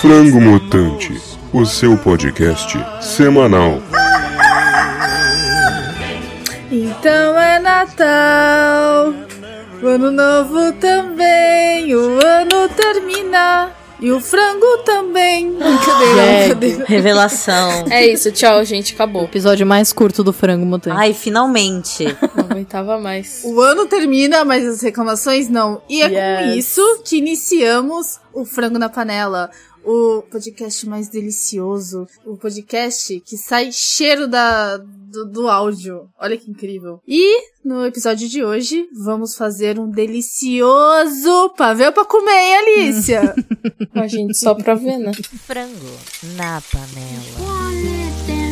Frango Mutante, o seu podcast semanal. Então é Natal, o ano novo também, o ano termina e o frango também. Brincadeira, Greg, brincadeira. revelação. É isso, tchau, gente. Acabou. Episódio mais curto do Frango Mutante. Ai, finalmente. Não aguentava mais. O ano termina, mas as reclamações não. E é com Yes. isso que iniciamos o Frango na Panela. O podcast mais delicioso. O podcast que sai cheiro da, do, do áudio. Olha que incrível. E no episódio de hoje, vamos fazer um delicioso pavel pra comer, hein, Alicia? A gente só pra ver, né? Frango na panela.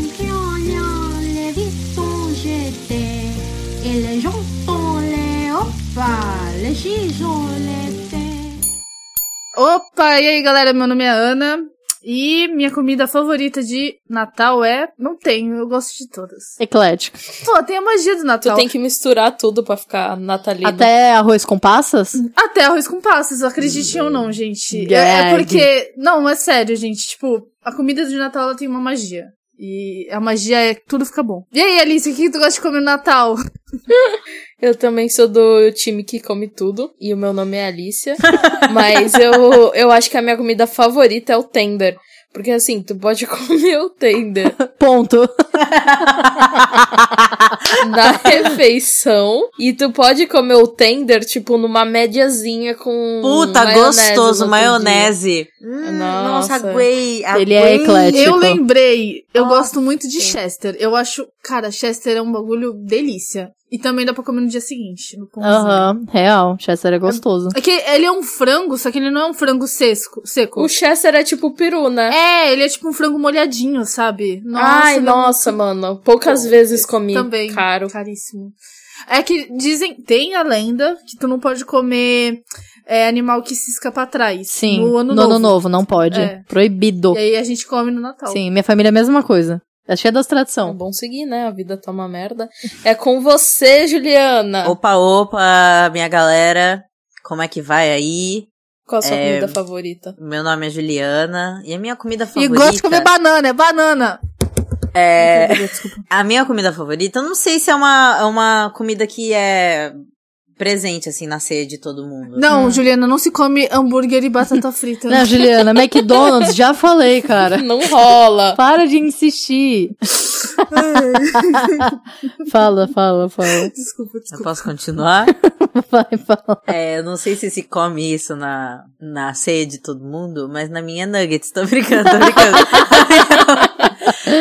Opa, e aí, galera? Meu nome é Ana. E minha comida favorita de Natal é. Não tenho, eu gosto de todas. Eclético. Pô, tem a magia do Tu Natal. tem que misturar tudo pra ficar natalina. Até arroz com passas? Até arroz com passas, acreditem ou não, gente. É, é Gag. porque. Não, é sério, gente. Tipo, a comida de Natal ela tem uma magia. E a magia é que tudo fica bom. E aí, Alice, o que que tu gosta de comer no Natal? Eu também sou do time que come tudo. E o meu nome é Alicia. mas eu, eu acho que a minha comida favorita é o tender. Porque assim, tu pode comer o tender Ponto. na refeição. E tu pode comer o tender, tipo, numa médiazinha com. Puta, Hum, maionese gostoso, no outro dia. maionese. Hum, nossa, Nossa. aguei, Ele é aguei. eclético. Eu lembrei, eu Nossa, gosto muito de sim. Chester. Eu acho, cara, Chester é um bagulho delícia. E também dá pra comer no dia seguinte, no pãozinho. Aham, real. Chester é gostoso. É que ele é um frango, só que ele não é um frango sesco, seco. O Chester é tipo peru, né? É, ele é tipo um frango molhadinho, sabe? Nossa, Ai, ele é um- nossa, mano. Poucas vezes comi Também. caro. Caríssimo. É que dizem, tem a lenda que tu não pode comer é, animal que cisca pra trás. Sim, No ano novo. não pode. É. Proibido. E aí então? a gente come no Natal. Sim, minha família é a mesma coisa. É cheia É das Então. tradição. bom seguir, né? A vida tá uma merda. É com você, Juliana. Opa, opa, minha galera. Como é que vai aí? Qual a sua É. comida favorita? Meu nome é Juliana. E a minha comida E favorita. gosto de comer banana, é banana. é, Desculpa. A minha comida favorita, eu não sei se é uma, é uma comida que é presente, assim, na ceia de todo mundo. Não, Juliana, não se come hambúrguer e batata frita. Hum. Não, é. Juliana, McDonald's, já falei, cara. Não rola. Para de insistir. fala, fala, fala. Desculpa, Eu desculpa. posso continuar? Vai, fala. é, eu não sei se se come isso na, na ceia de todo mundo, mas na minha é nuggets. Tô brincando, tô brincando.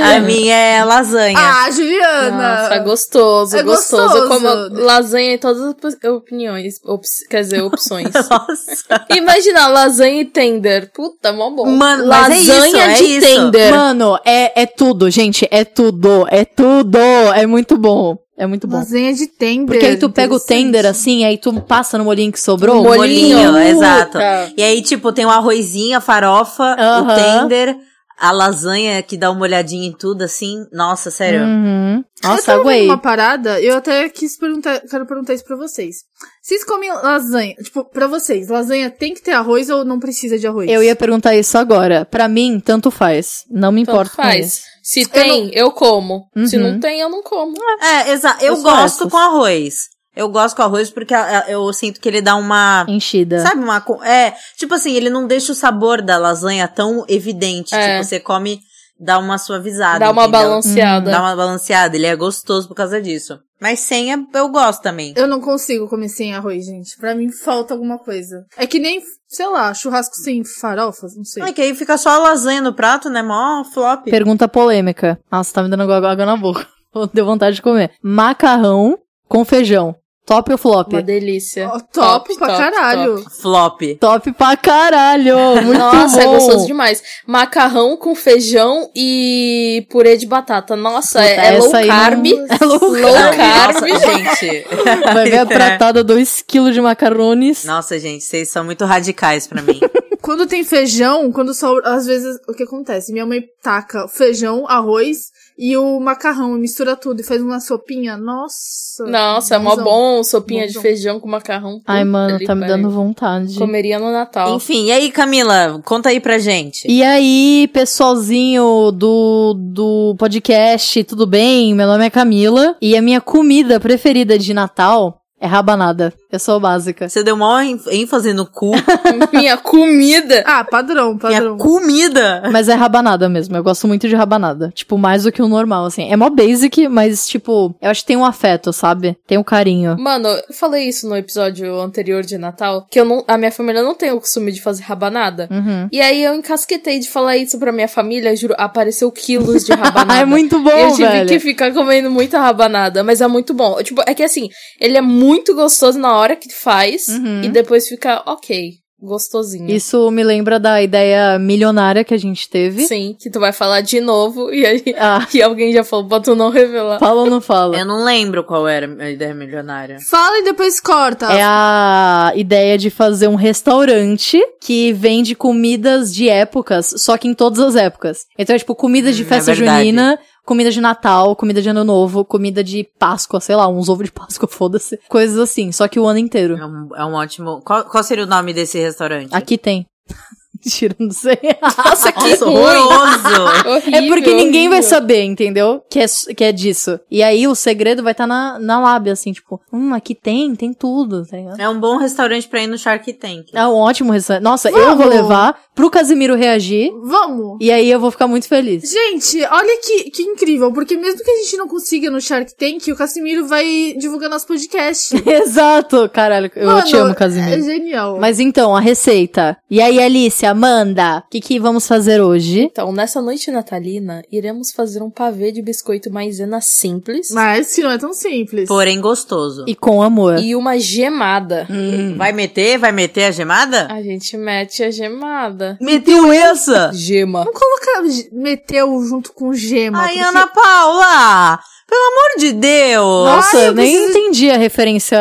a minha é lasanha. Ah, Juliana! Nossa, gostoso, É gostoso. gostoso. Eu como lasanha em todas as op- opiniões. ops- quer dizer, opções. Nossa. Imagina, lasanha e tender. Puta, mó bom. Mano, mas é isso, lasanha é de isso. tender. Mano, é, é tudo, gente. É tudo, é tudo. É muito bom. É muito bom. Lasanha de tender. Porque aí tu pega o Interessante. tender assim, aí tu passa no molhinho que sobrou. Molho. bolinho, Puta. um exato. E aí, tipo, tem o arrozinho, a farofa, o Aham. tender, a lasanha que dá uma olhadinha em tudo, assim. Nossa, sério. Hum. Uhum. eu Nossa, tava vendo aguei. uma parada, eu até quis perguntar, quero perguntar isso pra vocês. Vocês comem lasanha? Tipo, pra vocês, lasanha tem que ter arroz ou não precisa de arroz? Eu ia perguntar isso agora. Pra mim, tanto faz. Não me Tanto importo com isso. faz. Se tem, eu, como. Se Uhum. não tem, eu não como. É, exato. Eu Os gosto restos. com arroz. Eu gosto com arroz porque a- a- eu sinto que ele dá uma. Enchida. Sabe, uma. co- É, tipo assim, ele não deixa o sabor da lasanha tão evidente. É. Tipo, você come, dá uma suavizada. Dá uma entendeu? balanceada. Ah, Hum, Dá uma balanceada. Ele é gostoso por causa disso. Mas sem é- eu gosto também. Eu não consigo comer sem arroz, gente. Pra mim falta alguma coisa. É que nem, sei lá, churrasco sem farofas, não sei. É que aí fica só a lasanha no prato, né? Mó flop. Pergunta polêmica. Nossa, tá me dando água água na boca. Deu vontade de comer. Macarrão com feijão. Top ou flop? Uma delícia. Ó, É top, pra caralho. top. Flop. Top pra caralho! Muito Nossa, bom. é gostoso demais. Macarrão com feijão e purê de batata. Nossa, Puta, é, é low essa aí não- carb. É low Low carb. Nossa, gente. Vai ver a É. pratada do esquilo de macarrones. Nossa, gente, vocês são muito radicais pra mim. Quando tem feijão, quando só, às vezes, o que acontece? Minha mãe taca feijão, arroz e o macarrão, e mistura tudo e faz uma sopinha. Nossa. Nossa, é mó bonzão. bom sopinha de Bonzão. feijão com macarrão. Ai, Puta mano, que tá me pariu. dando vontade. Comeria no Natal. Enfim, e aí, Camila, conta aí pra gente. E aí, pessoalzinho do, do podcast, tudo bem? Meu nome é Camila e a minha comida preferida de Natal é rabanada. Eu sou básica. Você deu maior ênf- ênfase no cu. Minha comida. Ah, padrão, Minha padrão. comida. Mas é rabanada mesmo, eu gosto muito de rabanada. Tipo, mais do que o normal, assim. É mó basic, mas, tipo, eu acho que tem um afeto, sabe? Tem um carinho. Mano, eu falei isso no episódio anterior de Natal, que eu não, a minha família não tem o costume de fazer rabanada. Uhum. E aí eu encasquetei de falar isso pra minha família, juro, apareceu quilos de rabanada. é muito bom, eu tive velho. que ficar comendo muita rabanada, mas é muito bom. Tipo, é que assim, ele é muito gostoso na hora que faz Uhum. e depois fica ok, gostosinho. Isso me lembra da ideia milionária que a gente teve. Sim, que tu vai falar de novo e aí Ah, e alguém já falou pra tu não revelar. fala ou não É fala? Eu não lembro qual era a ideia milionária. Fala e depois corta. Ah. É a ideia de fazer um restaurante que vende comidas de épocas, só que em todas as épocas. Então é tipo comida de Hum, é festa verdade. junina, comida de Natal, comida de Ano Novo, comida de Páscoa, sei lá, uns ovos de Páscoa, foda-se. Coisas assim, só que o ano inteiro. É um, é um ótimo. Qual, qual seria o nome desse restaurante? Aqui tem. Mentira, não sei. Nossa, que Nossa, ruim. horroroso! Horrível, É porque ninguém vai horrível. saber, entendeu? Que é, s- que é disso. E aí o segredo vai estar na, na lábia, assim, tipo, hum, aqui tem, tem tudo, tá ligado? é um bom restaurante pra ir no Shark Tank. É um ótimo restaurante. Nossa, eu vou Vamos! levar pro Casimiro reagir. Vamos. E aí eu vou ficar muito feliz. Gente, olha que, que incrível, porque mesmo que a gente não consiga no Shark Tank, o Casimiro vai divulgar nosso podcast. Exato! Caralho, eu Mano, te amo, É Casimiro. genial. Mas então, a receita. E aí, Alicia, Amanda, o que, que vamos fazer hoje? Então, nessa noite natalina, iremos fazer um pavê de biscoito maisena simples Mas que não é tão simples. Porém gostoso. E com amor. e uma gemada. Hum. Vai meter? Vai meter a gemada? A gente mete a gemada. Meteu essa! Gema. Não colocar ge- meteu junto com gema. Ai, porque- Ana Paula! Pelo amor de Deus! Nossa, Ai, eu eu nem preciso- entendi a referência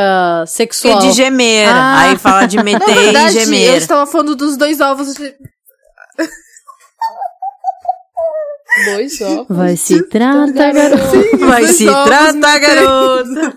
sexual. Fiquei de gemer. Ah. Aí fala de meter Na verdade, e eu gemer. estava falando dos dois ovos. de- Dois ó. Vai se tratar, garoto. Vai Dois se ovos tratar, meter. garota!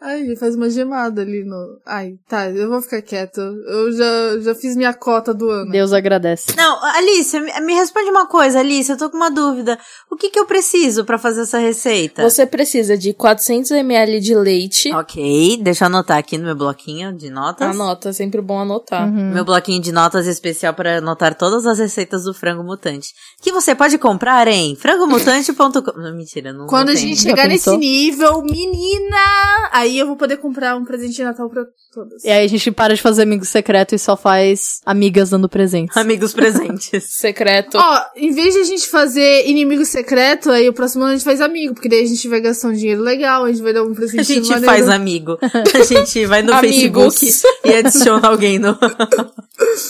Ai, ele faz uma gemada ali no... Ai, tá, eu vou ficar quieta. Eu já, já fiz minha cota do ano. Deus agradece. Não, Alice, me me responde uma coisa, Alice, eu tô com uma dúvida. O que que eu preciso pra fazer essa receita? Você precisa de 400ml de leite. Ok, deixa eu anotar aqui no meu bloquinho de notas. Anota, é sempre bom anotar. Uhum. Meu bloquinho de notas especial para anotar todas as receitas do frango mutante. Que você pode comprar em frangomutante.com. Não, mentira, não. Quando não a tem. gente Já chegar nesse pensou? nível, menina! Aí eu vou poder comprar um presente de Natal pra todas. E aí a gente para de fazer amigo secreto e só faz amigas dando presentes. Amigos presentes. Secreto. Ó, em vez de a gente fazer inimigo secreto, aí o próximo ano a gente faz amigo, porque daí a gente vai gastar um dinheiro legal, a gente vai dar um presente A gente maneiro. faz amigo. A gente vai no Amigos. Facebook e adiciona alguém no.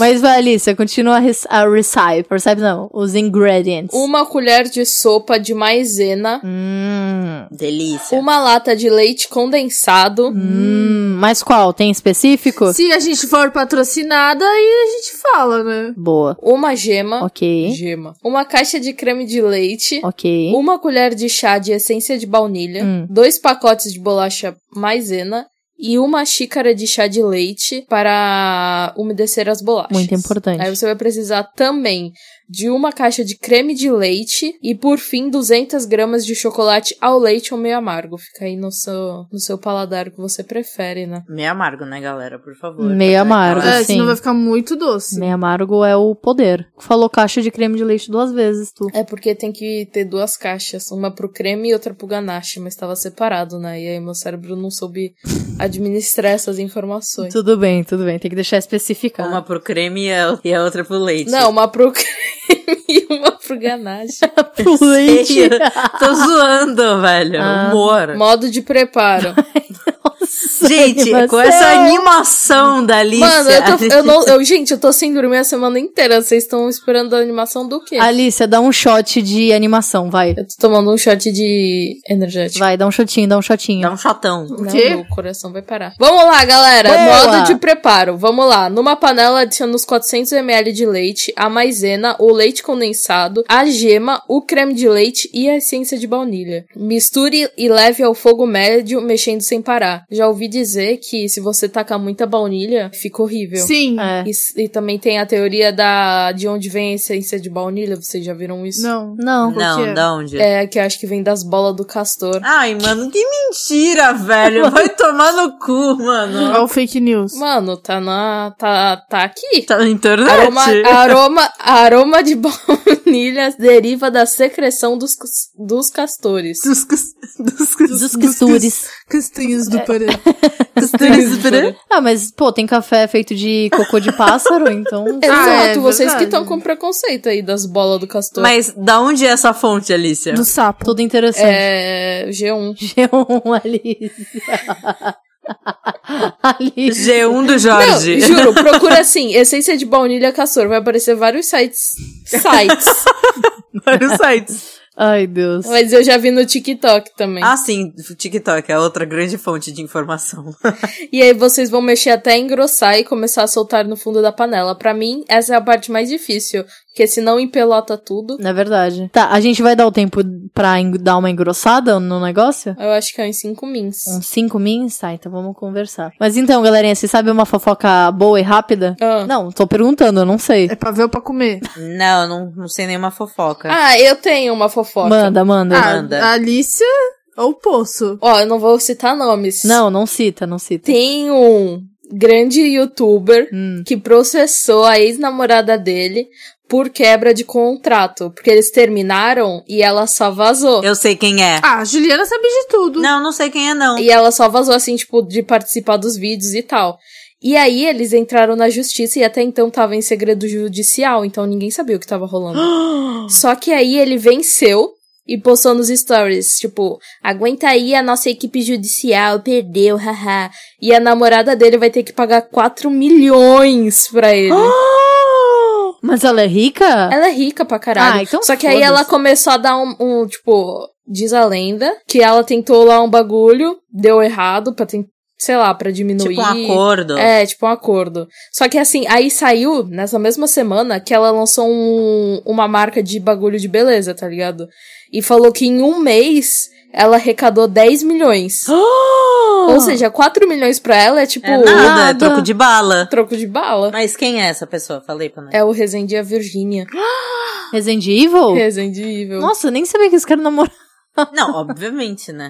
Mas vai, Alicia, continua a, rec- a recipe. Recipe não, os ingredients. Uma colher de sopa de maisena. Hum. Delícia. Uma lata de leite condensado. Hum, mas qual? Tem específico? Se a gente for patrocinada, aí a gente fala, né? Boa. Uma gema. Ok. Gema. Uma caixa de creme de leite. Ok. Uma colher de chá de essência de baunilha, Hum. dois pacotes de bolacha maisena e uma xícara de chá de leite para umedecer as bolachas. Muito importante. Aí você vai precisar também de uma caixa de creme de leite e, por fim, 200 gramas de chocolate ao leite ou meio amargo. Fica aí no seu, no seu paladar o que você prefere, né? Meio amargo, né, galera? Por favor. Meio amargo. É, Assim. senão vai ficar muito doce. Meio amargo é o poder. Falou caixa de creme de leite duas vezes, tu. É porque tem que ter duas caixas, uma pro creme e outra pro ganache, mas estava separado, né? E aí meu cérebro não soube administrar essas informações. Tudo bem, tudo bem. Tem que deixar especificado. Uma pro creme e a, e a outra pro leite. Não, uma pro creme e uma pro ganache. Pro leite. Tô zoando, velho. Ah. Humor. Modo de preparo. Nossa. Gente, com essa animação da Alicia. Mano, eu tô. Eu não, eu, gente, eu tô sem dormir a semana inteira. Vocês estão esperando a animação do quê? Alicia, dá um shot de animação, vai. Eu tô tomando um shot de energético. Vai, dá um shotinho, dá um shotinho. Dá um chatão. O Não, quê? meu coração vai parar. Vamos lá, galera. Boa! Modo de preparo. Vamos lá. Numa panela, adiciona os 400ml de leite, a maisena, o leite condensado, a gema, o creme de leite e a essência de baunilha. Misture e leve ao fogo médio, mexendo sem parar. Já ouvi dizer que se você tacar muita baunilha, fica horrível. Sim. um É. E, s- e também tem a teoria da de onde vem a essência de baunilha. Vocês já viram É. isso? Não. Não. Por quê? Não, da onde? É, que eu acho que vem das bolas do castor. Ah. Ai, mano, que mentira, velho. Vai tomar no cu, mano. É o fake news. Mano, tá na. tá, tá aqui. Tá na internet. Aroma, aroma, aroma de baunilha deriva da secreção dos, cas- dos castores. Dos, cus- dos, cus- Dos castores. cus- Castanhos É. do Pará. Ah, mas, pô, tem café feito de cocô de pássaro, então. Exato, Ah, é vocês que verdade. estão com preconceito aí das bolas do castor. Mas da onde é essa fonte, Alicia? Do sapo. É. Tudo interessante. É. G1. G1, Alicia. Alicia. G1 do Jorge. Não, juro, procura assim, essência de baunilha castor. Vai aparecer vários sites. Sites. Vários sites. Ai, Deus. Mas eu já vi no TikTok também. Ah, sim, o TikTok é outra grande fonte de informação. E aí vocês vão mexer até engrossar e começar a soltar no fundo da panela. Pra mim, essa é a parte mais difícil, porque senão empelota tudo. Na verdade. Tá, a gente vai dar o tempo pra en- dar uma engrossada no negócio? Eu acho que é uns 5 mins. Uns 5 mins? Tá, então vamos conversar. Mas então, galerinha, vocês sabem uma fofoca boa e rápida? Ah. Não, tô perguntando, eu não sei. É pra ver ou pra comer? Não, não, não sei nenhuma fofoca. Ah, eu tenho uma fofoca. Manda, manda. Ah, Manda. a Alicia ou o Poço? Ó, eu não vou citar nomes. Não, não cita, não cita. Tem um grande youtuber Hum. que processou a ex-namorada dele por quebra de contrato. Porque eles terminaram e ela só vazou. Eu sei quem é. Ah, a Juliana sabe de tudo. Não, não sei quem é, não. E ela só vazou, assim, tipo, de participar dos vídeos e tal. E aí eles entraram na justiça e até então tava em segredo judicial, então ninguém sabia o que tava rolando. só que aí ele venceu e postou nos stories, tipo, aguenta aí a nossa equipe judicial, perdeu, haha. E a namorada dele vai ter que pagar 4 milhões pra ele. Mas ela é rica? Ela é rica pra caralho. Ah, então Só que aí foda-se. ela começou a dar um, um, tipo, diz a lenda, que ela tentou lá um bagulho, deu errado pra tentar, sei lá, pra diminuir. Tipo um acordo. É, tipo um acordo. Só que assim, aí saiu, nessa mesma semana, que ela lançou um, uma marca de bagulho de beleza, tá ligado? E falou que em um mês ela arrecadou 10 milhões. Ou seja, 4 milhões pra ela é tipo Ah! É nada, é Nada. troco de bala. troco de bala. Mas quem é essa pessoa? Falei pra nós. É o Resende e a Virgínia. Resident Evil? Resende Evil. Nossa, eu nem sabia que esse cara namorava. Não, obviamente, né?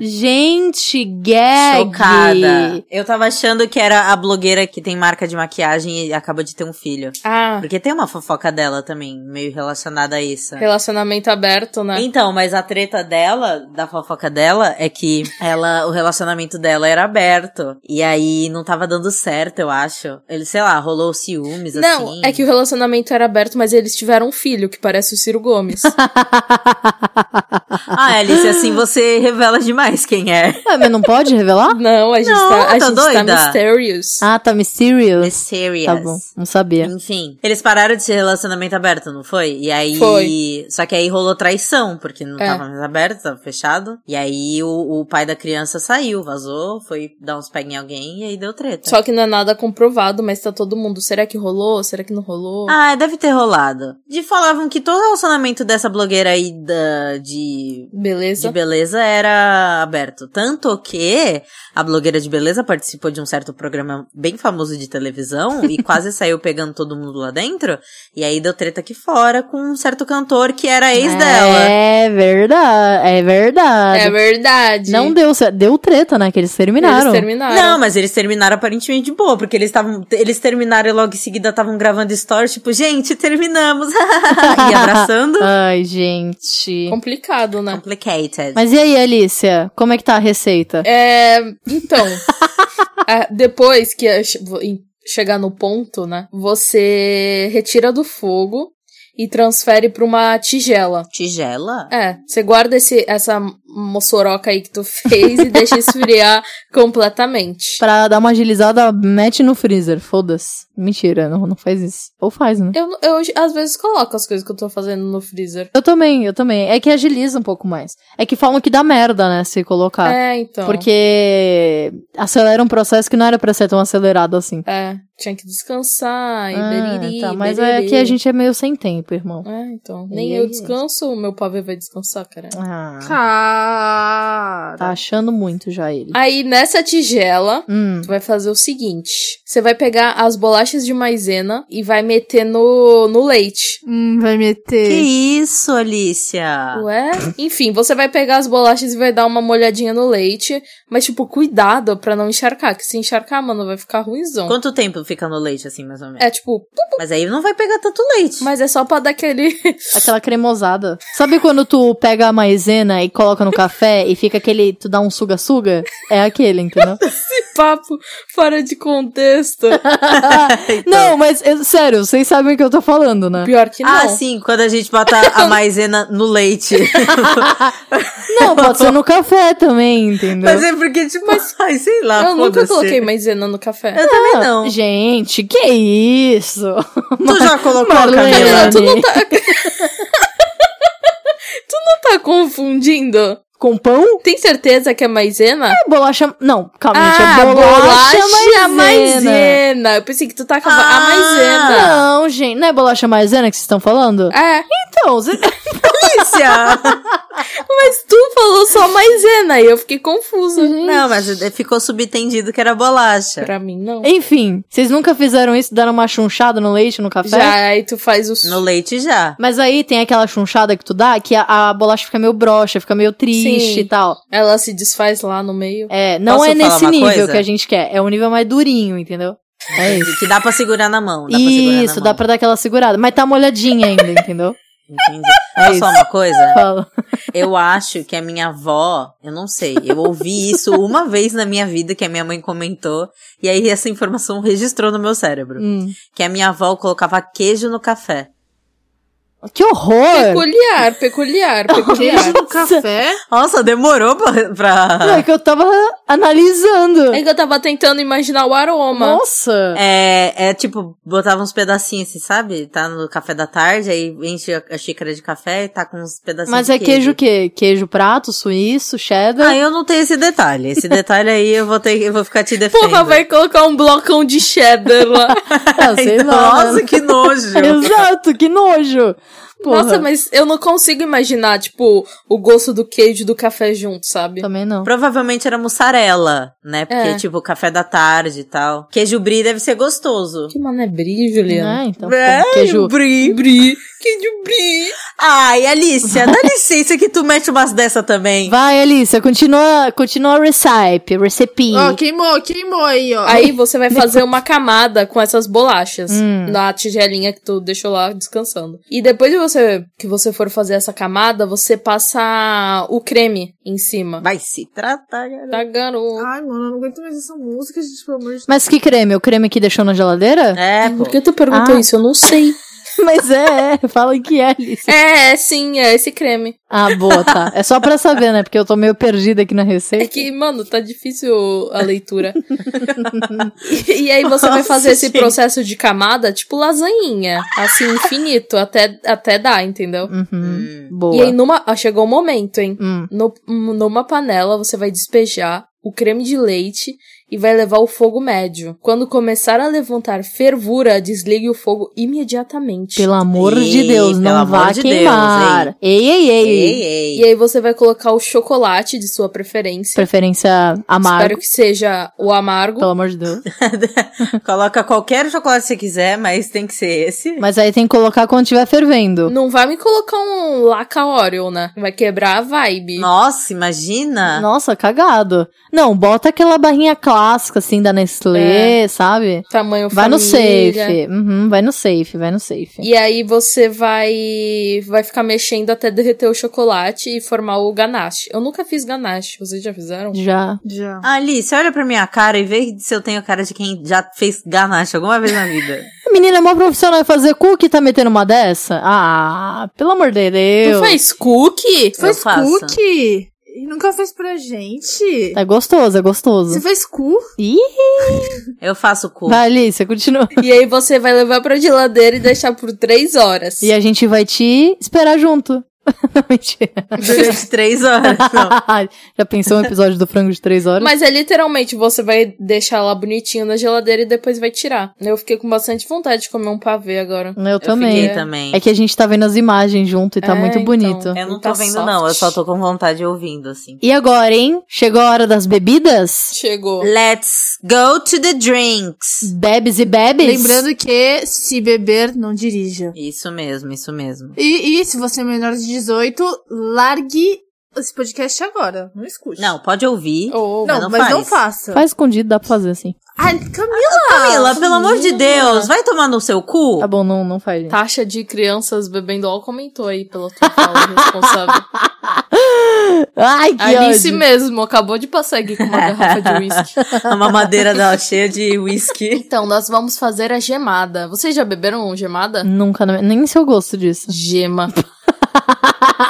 É, Gente, gag! Chocada. Eu tava achando que era a blogueira que tem marca de maquiagem e acaba de ter um filho. Ah, Porque tem uma fofoca dela também, meio relacionada a isso. relacionamento aberto, né? Então, mas a treta dela, da fofoca dela, é que ela, o relacionamento dela era aberto. E aí não tava dando certo, eu acho. Ele, sei lá, rolou ciúmes, Não, assim. é que o relacionamento era aberto, mas eles tiveram um filho, que parece o Ciro Gomes. Ah, Alice, assim você revela demais quem é. Ué, mas não pode revelar? Não, a gente Não, tá, a tá gente tá doida? mysterious. Ah, tá mysterious. Mysterious. Tá bom, não sabia. Enfim, eles pararam de ser relacionamento aberto, não foi? E aí. Foi. Só que aí rolou traição, porque não É. tava mais aberto, tava fechado. E aí o, o pai da criança saiu, vazou, foi dar uns peg em alguém e aí deu treta. Só que não é nada comprovado, mas tá todo mundo. Será que rolou? Será que não rolou? Ah, deve ter rolado. De falavam que todo relacionamento dessa blogueira aí da, de, de Beleza. beleza era aberto. Tanto que a blogueira de beleza participou de um certo programa bem famoso de televisão e quase saiu pegando todo mundo lá dentro. E aí deu treta aqui fora com um certo cantor que era ex dela. É verdade, é verdade. É verdade. Não deu certo. Deu treta, né? Que eles terminaram. Eles terminaram. Não, mas eles terminaram aparentemente de boa, porque eles estavam. Eles terminaram e logo em seguida estavam gravando stories, tipo, gente, terminamos! e abraçando. Ai, gente. Complicado, né? Complicated. Mas e aí, Alicia? Como é que tá a receita? É, então, ah, depois que a- vo- em- chegar no ponto, né? Você retira do fogo e transfere pra uma tigela. Tigela? É, você guarda esse, essa moçoroca aí que tu fez e deixa esfriar completamente. Pra dar uma agilizada, mete no freezer. Foda-se. Mentira, não, não faz isso. Ou faz, né? Eu, eu às vezes coloco as coisas que eu tô fazendo no freezer. Eu também, eu também. É que agiliza um pouco mais. É que falam que dá merda, né, se colocar. É, então. Porque acelera um processo que não era pra ser tão acelerado assim. É, tinha que descansar e Ah, beriri, tá, mas bererê. é que a gente é meio sem tempo, irmão. É, então. E Nem é eu isso. descanso, o meu pavê vai descansar, cara. Ah, Cara. tá achando muito já ele. Aí, nessa tigela, Hum. tu vai fazer o seguinte. Você vai pegar as bolachas de maisena e vai meter no, no leite. Hum, vai meter. Que isso, Ah. Alicia? Ué? Enfim, você vai pegar as bolachas e vai dar uma molhadinha no leite, mas tipo, cuidado pra não encharcar, que se encharcar, mano, vai ficar ruimzão. Quanto tempo fica no leite, assim, mais ou menos? É tipo, Mas aí não vai pegar tanto leite. mas é só pra dar aquele Aquela cremosada. Sabe quando tu pega a maisena e coloca no café e fica aquele. Tu dá um suga-suga? É aquele, entendeu? papo fora de contexto. Não, mas eu- sério, vocês sabem o que eu tô falando, né? Pior que não. Ah, sim, quando a gente bota a maisena no leite. Não, pode ser no café também, entendeu? Mas é porque, tipo, ai, sei lá. Eu nunca foda-se. coloquei maisena no café. Eu também não. Ah, Gente, que isso? Tu já colocou, Marlene. Camila? é Camila, tu não tá. tu não tá confundindo? Com pão? Tem certeza que é maisena? É bolacha. Não, calma, Ah, gente. É bolacha, bolacha maisena. maisena. Eu pensei que tu tá com a- Ah. a maisena. Não, gente, não é bolacha maisena que vocês estão falando? É, Então, você- Alicia! mas tu falou só maisena e eu fiquei confusa. não, mas ficou subentendido que era bolacha. Pra mim, não. enfim, vocês nunca fizeram isso, deram uma chunchada no leite, no café? Já, aí tu faz o... No leite já. Mas aí tem aquela chunchada que tu dá que a, a bolacha fica meio broxa, fica meio triste Sim. e tal. Ela se desfaz lá no meio. É, não Posso é falar nesse uma nível coisa? que a gente quer. É um nível mais durinho, entendeu? É isso. Que dá pra segurar na mão. Dá pra segurar na isso, dá mão. pra dar aquela segurada. Mas tá molhadinha ainda, entendeu? Entendi. É Posso isso. falar uma coisa? Fala. Eu acho que a minha avó, eu não sei, eu ouvi isso uma vez na minha vida que a minha mãe comentou, e aí essa informação registrou no meu cérebro. Hum. Que a minha avó colocava queijo no café. Que horror! Peculiar, peculiar, Queijo peculiar. no café? Nossa, demorou pra. Não, é pra... que eu tava analisando. É que eu tava tentando imaginar o aroma. Nossa! É, é tipo, botava uns pedacinhos, assim, sabe? Tá no café da tarde, aí enche a, a xícara de café e tá com uns pedacinhos. Mas de é queijo o quê? Queijo prato, suíço, cheddar? Ah, eu não tenho esse detalhe. Esse detalhe aí eu vou ter, eu vou ficar te defendendo. Porra, vai colocar um blocão de cheddar lá. Ah, sei Então, lá, Nossa, né? que nojo. Exato, que nojo! Porra. Nossa, mas eu não consigo imaginar, tipo, o gosto do queijo e do café junto, sabe? Também não. Provavelmente era mussarela, né? Porque, É. tipo, café da tarde e tal. Queijo brie deve ser gostoso. Que mané brie, Juliana. Ah, então, É, pô, queijo brie. Brie, queijo brie. Ai, Alicia, dá licença que tu mete umas dessa também. Vai, Alicia, continua, continua a recipe, recipe. Ó, queimou, queimou aí, ó. Aí você vai fazer uma camada com essas bolachas Hum. na tigelinha que tu deixou lá descansando. E depois de você que você for fazer essa camada, você passa o creme em cima. Vai se tratar, galera. Tá garoto. Ai, mano, eu não aguento mais essa música, gente, pelo amor de Mas que creme? O creme que deixou na geladeira? É, pô. Por que tu perguntou Ah. isso? Eu não sei. Mas é, é, fala que é, Alicia. É, é, sim, é esse creme. Ah, boa, tá. É só pra saber, né? Porque eu tô meio perdida aqui na receita. É que, mano, tá difícil a leitura. e, e aí você vai Nossa, fazer esse gente. processo de camada, tipo lasanhinha. Assim, infinito, até, até dar, entendeu? Uhum. Hum. Boa. E aí numa. ah, chegou o momento, hein? Hum. No, numa panela, você vai despejar o creme de leite e vai levar ao fogo médio. Quando começar a levantar fervura, desligue o fogo imediatamente. Pelo amor de Ei, Deus, pelo não amor vá de queimar. Deus, ei, ei, ei. Ei, E ei. aí você vai colocar o chocolate de sua preferência. Preferência amargo, Espero que seja o amargo. pelo amor de Deus. Coloca qualquer chocolate que você quiser, mas tem que ser esse. Mas aí tem que colocar quando tiver fervendo. Não vai me colocar um laca Oreo, né? Vai quebrar a vibe. Nossa, imagina. Nossa, cagado. Não, bota aquela barrinha clássica, assim, da Nestlé, sabe? Tamanho Vai no família. safe. Uhum, vai no safe, vai no safe. E aí você vai vai ficar mexendo até derreter o chocolate e formar o ganache. Eu nunca fiz ganache, vocês já fizeram? Já. Deus. Já. Alice, olha pra minha cara e vê se eu tenho cara de quem já fez ganache alguma vez na vida. A menina é mó profissional em fazer cookie tá metendo uma dessa? Ah, pelo amor de Tu Deus. faz cookie? Faz faço. cookie? E nunca fez pra gente. É gostoso, Você é gostoso. fez cu? Ih, Eu faço cu. vai, Alice, continua. E aí você vai levar pra geladeira e deixar por três horas. E é a gente vai te esperar junto. Não, mentira. Durante três horas. Não. Já pensou um episódio do frango de três horas? Mas é literalmente, você vai deixar lá bonitinho na geladeira e depois vai tirar. Eu fiquei com bastante vontade de comer um pavê agora. Eu também. Fiquei também. É que a gente tá vendo as imagens junto e tá É, muito então. bonito. É. Eu não tô Tá vendo, soft. não. Eu só tô com vontade de ouvindo, assim. E agora, hein? Chegou a hora das bebidas? Chegou. Let's go to the drinks. Bebes e bebes? Lembrando que se beber, não dirija. Isso mesmo, isso mesmo. E, e se você é menor de 18, largue esse podcast agora. Não escute. Não, pode ouvir. Oh, Não, não mas não faz. faça. Faz escondido, dá pra fazer assim. Ai, Camila! Camila, pelo amor de Deus, vai tomar no seu cu? Tá bom, não, não faz. gente. Taxa de crianças bebendo álcool aumentou aí pela tua fala responsável. Ai, que Alice ódio. mesmo acabou de passar aqui É. com uma garrafa de uísque. A mamadeira dela cheia de whisky. Então, nós vamos fazer a gemada. Vocês já beberam gemada? Nunca, na- nem se eu gosto disso. Gema.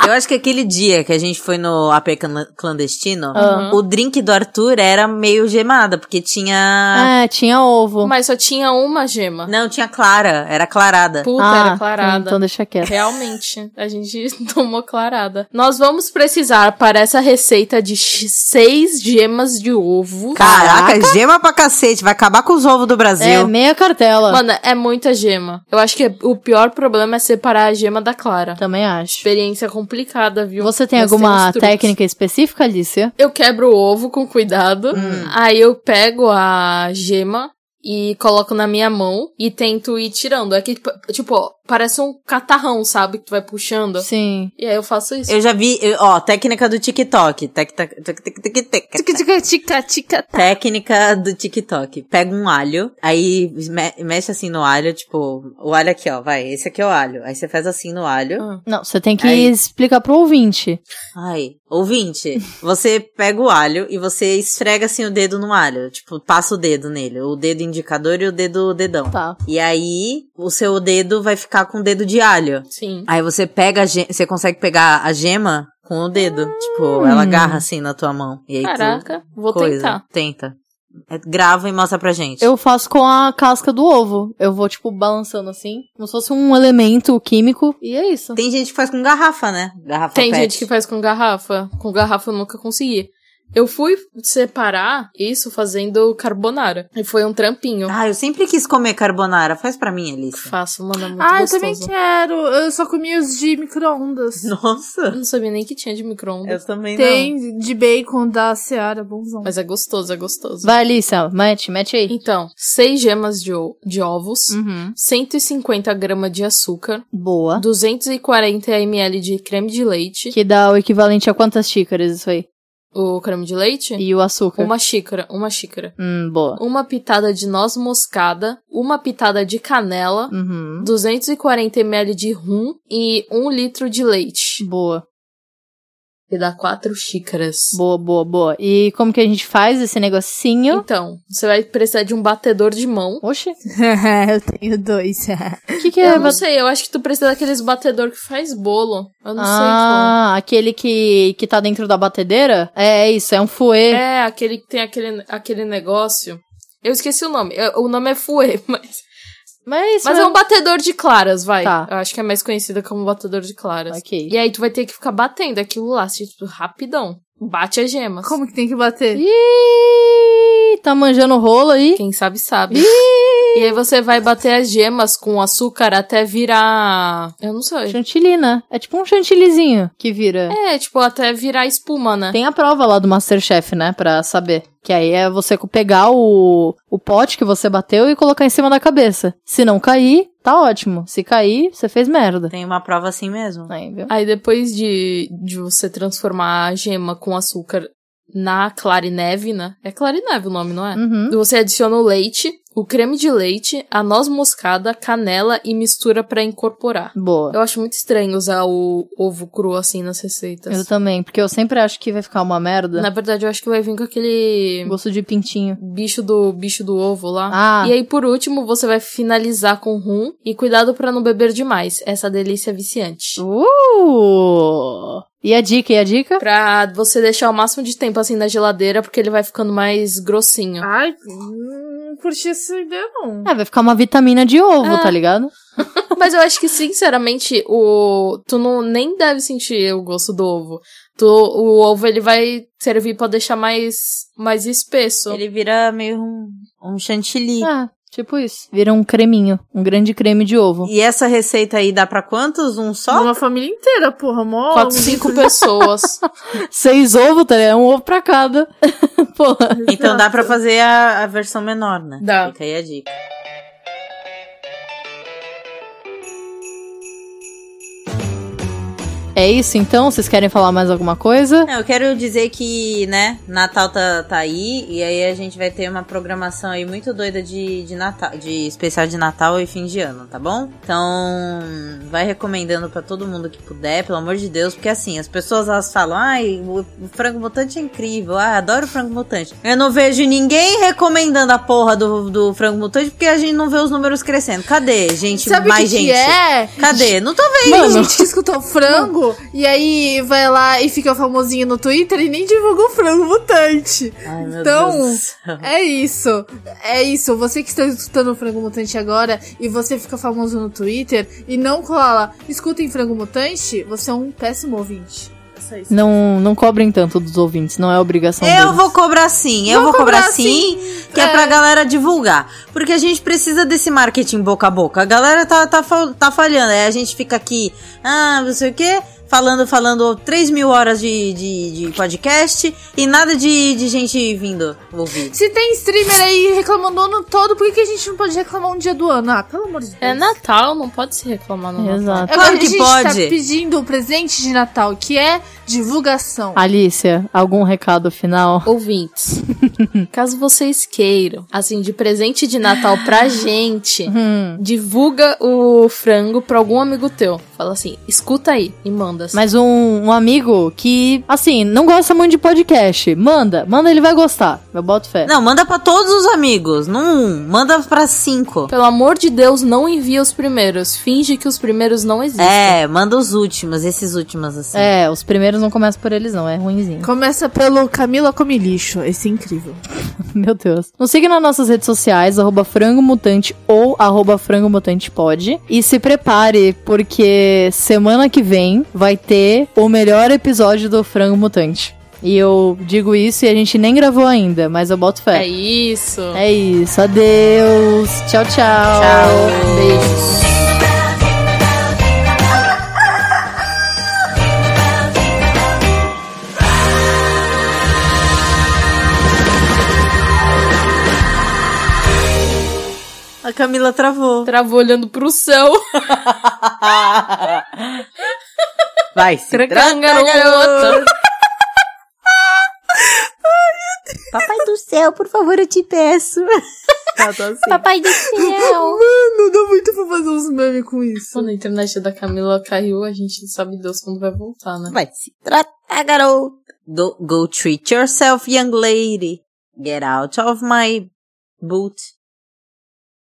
Eu acho que aquele dia que a gente foi no AP clan- clandestino, Aham. o drink do Arthur era meio gemada, porque Ah. tinha. É, tinha ovo. Mas só tinha uma gema. Não, tinha clara, era clarada. Puta, era clarada. Então deixa quieto. Realmente, a gente tomou clarada. Nós vamos precisar para essa receita de x- seis gemas de ovo. Caraca, gema pra cacete, vai acabar com os ovos do É, Brasil. meia cartela. Mano, é muita gema. Eu acho que o pior problema é separar a gema da clara. Também acho. Experiência complicada, viu? Você tem Nós alguma temos truques. técnica específica, Alicia? Eu quebro o ovo com cuidado. Aí eu pego a gema e coloco na minha mão e tento ir tirando. É que, tipo, ó, parece um catarrão, sabe? Que tu vai puxando. Sim. E aí eu faço isso. Eu já vi, eu- ó, técnica do TikTok. Tec, tec, tec, tec, tec, tec. Tica, tica, tica, tica. Técnica do TikTok. Pega um alho, aí me- mexe assim no alho, tipo, o alho aqui, ó, vai, esse aqui é o alho. Aí você faz assim no alho. Ah. Não, você tem que Aí. explicar pro ouvinte. Ai, ouvinte, você pega o alho e você esfrega assim o dedo no alho, tipo, passa o dedo nele, o dedo indicador e o dedo o dedão. Tá. E aí, o seu dedo vai ficar com o dedo de alho. Sim. Aí você pega a ge- você consegue pegar a gema com o dedo. Tipo, ela agarra assim na tua mão. E aí tu- Caraca, Hum. vou coisa. Tá tentar. Tenta. É, grava e mostra pra gente. Eu faço com a casca do ovo. Eu vou, tipo, balançando assim, como se fosse um elemento químico. E é isso. Tem gente que faz com garrafa, né? Garrafa Tem pet. gente que faz com garrafa. Com garrafa eu nunca consegui. Eu fui separar isso fazendo carbonara. E foi um trampinho. Ah, eu sempre quis comer carbonara. Faz pra mim, Alice. Faço, mano, é muito Ah, eu gostoso. também quero. Eu só comi os de micro-ondas. Nossa, Eu não sabia nem que tinha de micro-ondas. eu também não. Tem de bacon da Seara, bonzão. Mas é gostoso, é gostoso. Vai, Alicia, mete, mete aí. Então, seis gemas de, o- de ovos, Uhum. 150 gramas de açúcar, Boa. 240 ml de creme de leite. Que dá o equivalente a quantas xícaras isso aí? O creme de leite? E o açúcar? Uma xícara, uma xícara. Hum, boa. Uma pitada de noz moscada, uma pitada de canela, Uhum. 240 ml de rum e 1 litro de leite. Boa, Que dá 4 xícaras. boa, boa, boa. E como que a gente faz esse negocinho? Então, você vai precisar de um batedor de mão. Oxe, o eu tenho dois. que que é? Eu não bat- sei, eu acho que tu precisa daqueles batedor que faz bolo. Eu não sei tipo- ah, aquele que, que tá dentro da batedeira? É, é isso, é um fouet. como. É, aquele que tem aquele, aquele negócio. Eu esqueci o nome. Eu- o nome é Fouet, mas. Mas é isso Mas é um batedor de claras, vai. Tá. Eu acho que é mais conhecido como batedor de claras. Ok. E aí tu vai ter que ficar batendo aquilo lá, assim, tipo, rapidão. Bate as gemas. Como que tem que um bater? Ih, tá manjando rolo aí? Quem sabe, sabe. E aí você vai bater as gemas com açúcar até virar. Eu não sei. Chantilly, né? É tipo um chantillyzinho que vira. É, tipo, até virar espuma, né? Tem a prova lá do Masterchef, né? Pra saber. Que aí é você pegar o, o pote que você bateu e colocar em cima da cabeça. Se não cair, tá ótimo. Se cair, você fez merda. Tem uma prova assim mesmo. Aí, viu? Aí depois de, de você transformar a gema com açúcar na clarineve, né? É clarineve o nome, não é? Uhum. Você adiciona o leite, o creme de leite, a noz moscada, canela e mistura pra incorporar. Boa. Eu acho muito estranho usar o ovo cru assim nas receitas. Eu também, porque eu sempre acho que vai ficar uma merda. Na verdade, eu acho que vai vir com aquele Gosto de pintinho. bicho do bicho do ovo lá. Ah. E aí, por último, você vai finalizar com rum e cuidado pra não beber demais. Essa delícia é viciante. Uh! E a dica, e a dica? Pra você deixar o máximo de tempo assim na geladeira, porque ele vai ficando mais grossinho. Ai, não curti essa ideia, não. É, vai ficar uma vitamina de ovo, Ah. tá ligado? Mas eu acho que, sinceramente, o. Tu não nem deve sentir o gosto do ovo. Tu, o ovo ele vai servir pra deixar mais, mais espesso. Ele vira meio um, um chantilly. Ah, tipo isso. Vira um creminho, um grande creme de ovo. E essa receita aí dá pra quantos? Um só? Uma família inteira, porra, mó. Quatro, cinco pessoas. Seis ovos, tá ligado? Um ovo pra cada. Pô, Então dá pra fazer a, a versão menor, né? Dá. Fica aí a dica. é isso então? Vocês querem falar mais alguma coisa? Não, eu quero dizer que, né, Natal tá, tá aí, e aí a gente vai ter uma programação aí muito doida de, de Natal, de especial de Natal e fim de ano, tá bom? Então, vai recomendando pra todo mundo que puder, pelo amor de Deus, porque assim, as pessoas elas falam, ai, o o frango mutante é incrível, ah, adoro frango mutante. Eu não vejo ninguém recomendando a porra do, do frango mutante, porque a gente não vê os números crescendo. Cadê, gente? Sabe o que, mais que gente? é? Cadê? Não tô vendo. Tem gente que escutou frango e aí vai lá e fica famosinho no Twitter e nem divulga o frango mutante. Ai, meu Então, Deus do céu. É isso. É isso. Você que está escutando o frango mutante agora e você fica famoso no Twitter e não cola, escutem frango mutante, você é um péssimo ouvinte. É só isso. Não, não cobrem tanto dos ouvintes, não é obrigação Eu deles. vou cobrar sim, eu Vou vou, cobrar, cobrar sim, que é. é. pra galera divulgar. Porque a gente precisa desse marketing boca a boca. A galera tá, tá, fal- tá falhando, aí a gente fica aqui, ah, não sei o quê, falando, falando 3 mil horas de, de, de podcast e nada de, de gente vindo ouvir. Se tem streamer aí reclamando o ano todo, por que, que a gente não pode reclamar um dia do ano? Ah, pelo amor de Deus. É Natal, não pode se reclamar no Natal. Exato. Agora, Claro que a gente tá pode. pedindo o presente de Natal, que é divulgação. Alícia, algum recado final? Ouvintes, caso vocês queiram, assim, de presente de Natal pra gente, Hum, divulga o frango pra algum amigo teu. Fala assim, escuta aí e manda. mas um, um amigo que, assim, não gosta muito de podcast, manda, manda, ele vai gostar. Eu boto fé. Não, manda pra todos os amigos, não um, manda pra cinco. Pelo amor de Deus, não envia os primeiros. Finge que os primeiros não existem. É, manda os últimos, esses últimos assim. É, os primeiros não começam por eles, não, é ruinzinho. Começa pelo Camila Come Lixo, esse é incrível. Meu Deus. Nos siga nas nossas redes sociais, arroba frangomutante ou arroba frangomutantepod. E se prepare, porque semana que vem vai ter o melhor episódio do Frango Mutante. E eu digo isso e a gente nem gravou ainda, mas eu boto É fé. isso. É isso. Adeus. Tchau, tchau. Tchau. Beijos. A Camila travou. Travou olhando pro céu. Vai, se Tranca, tranca, garoto. garoto. Papai do céu, por favor, eu te peço. Papai do céu. Não dá muito pra fazer uns memes com isso. Quando a internet da Camila caiu, a gente sabe Deus quando vai voltar, né? Vai se tratar, garoto. Go, go treat yourself, young lady. Get out of my boot.